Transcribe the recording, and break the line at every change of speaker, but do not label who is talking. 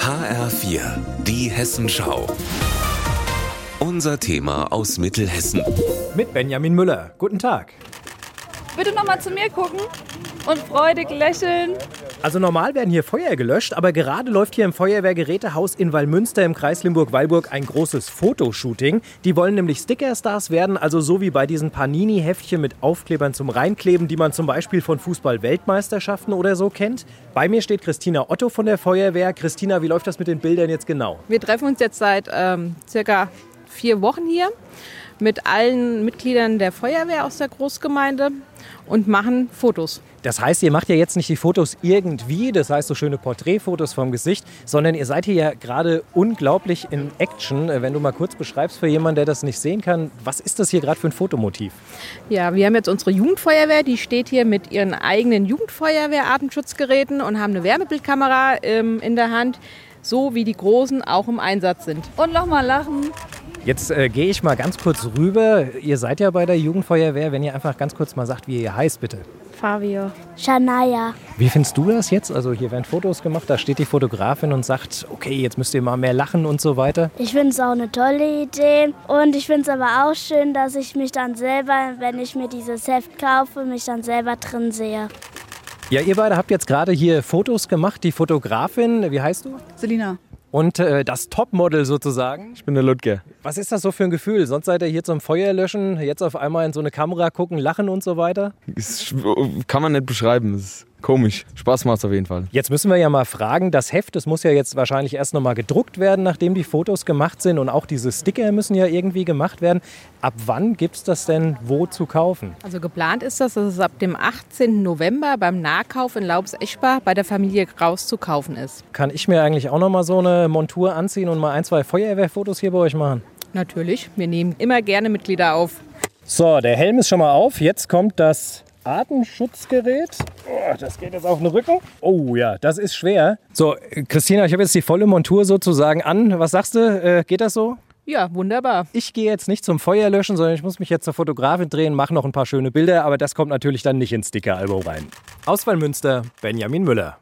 HR4, die Hessenschau. Unser Thema aus Mittelhessen.
Mit Benjamin Müller. Guten Tag.
Bitte nochmal zu mir gucken und freudig lächeln.
Also normal werden hier Feuer gelöscht, aber gerade läuft hier im Feuerwehrgerätehaus in Wallmünster im Kreis Limburg-Weilburg ein großes Fotoshooting. Die wollen nämlich Stickerstars werden, also so wie bei diesen Panini-Heftchen mit Aufklebern zum Reinkleben, die man zum Beispiel von Fußball-Weltmeisterschaften oder so kennt. Bei mir steht Christina Otto von der Feuerwehr. Christina, wie läuft das mit den Bildern jetzt genau?
Wir treffen uns jetzt seit ähm, circa vier Wochen hier mit allen Mitgliedern der Feuerwehr aus der Großgemeinde und machen Fotos.
Das heißt, ihr macht ja jetzt nicht die Fotos irgendwie, das heißt so schöne Porträtfotos vom Gesicht, sondern ihr seid hier ja gerade unglaublich in Action. Äh, Wenn du mal kurz beschreibst für jemanden, der das nicht sehen kann, was ist das hier gerade für ein Fotomotiv?
Ja, wir haben jetzt unsere Jugendfeuerwehr, die steht hier mit ihren eigenen Jugendfeuerwehr-Atemschutzgeräten und haben eine Wärmebildkamera ähm, in der Hand, so wie die Großen auch im Einsatz sind.
Und nochmal lachen.
Jetzt äh, gehe ich mal ganz kurz rüber. Ihr seid ja bei der Jugendfeuerwehr, wenn ihr einfach ganz kurz mal sagt, wie ihr heißt, bitte.
Fabio. Shania.
Wie findest du das jetzt? Also hier werden Fotos gemacht, da steht die Fotografin und sagt, okay, jetzt müsst ihr mal mehr lachen und so weiter.
Ich finde es auch eine tolle Idee und ich finde es aber auch schön, dass ich mich dann selber, wenn ich mir dieses Heft kaufe, mich dann selber drin sehe.
Ja, ihr beide habt jetzt gerade hier Fotos gemacht. Die Fotografin, wie heißt du?
Selina.
Und äh, das Topmodel sozusagen.
Ich bin der Ludger.
Was ist das so für ein Gefühl? Sonst seid ihr hier zum Feuer löschen, jetzt auf einmal in so eine Kamera gucken, lachen und so weiter.
Das kann man nicht beschreiben. Das ist komisch. Spaß macht's auf jeden Fall.
Jetzt müssen wir ja mal fragen, das Heft, das muss ja jetzt wahrscheinlich erst nochmal gedruckt werden, nachdem die Fotos gemacht sind und auch diese Sticker müssen ja irgendwie gemacht werden. Ab wann gibt's das denn wo zu kaufen?
Also geplant ist das, dass es ab dem 18. November beim Nahkauf in Laubs-Eschbach bei der Familie Kraus zu kaufen ist.
Kann ich mir eigentlich auch nochmal so eine Montur anziehen und mal ein, zwei Feuerwehrfotos hier bei euch machen?
Natürlich, wir nehmen immer gerne Mitglieder auf.
So, der Helm ist schon mal auf. Jetzt kommt das Atemschutzgerät. Oh, das geht jetzt auf den Rücken. Oh ja, das ist schwer. So, Christina, ich habe jetzt die volle Montur sozusagen an. Was sagst du? Äh, geht das so?
Ja, wunderbar.
Ich gehe jetzt nicht zum Feuer löschen, sondern ich muss mich jetzt zur Fotografin drehen, mache noch ein paar schöne Bilder, aber das kommt natürlich dann nicht ins dicke Album rein. Auswahl Münster, Benjamin Müller.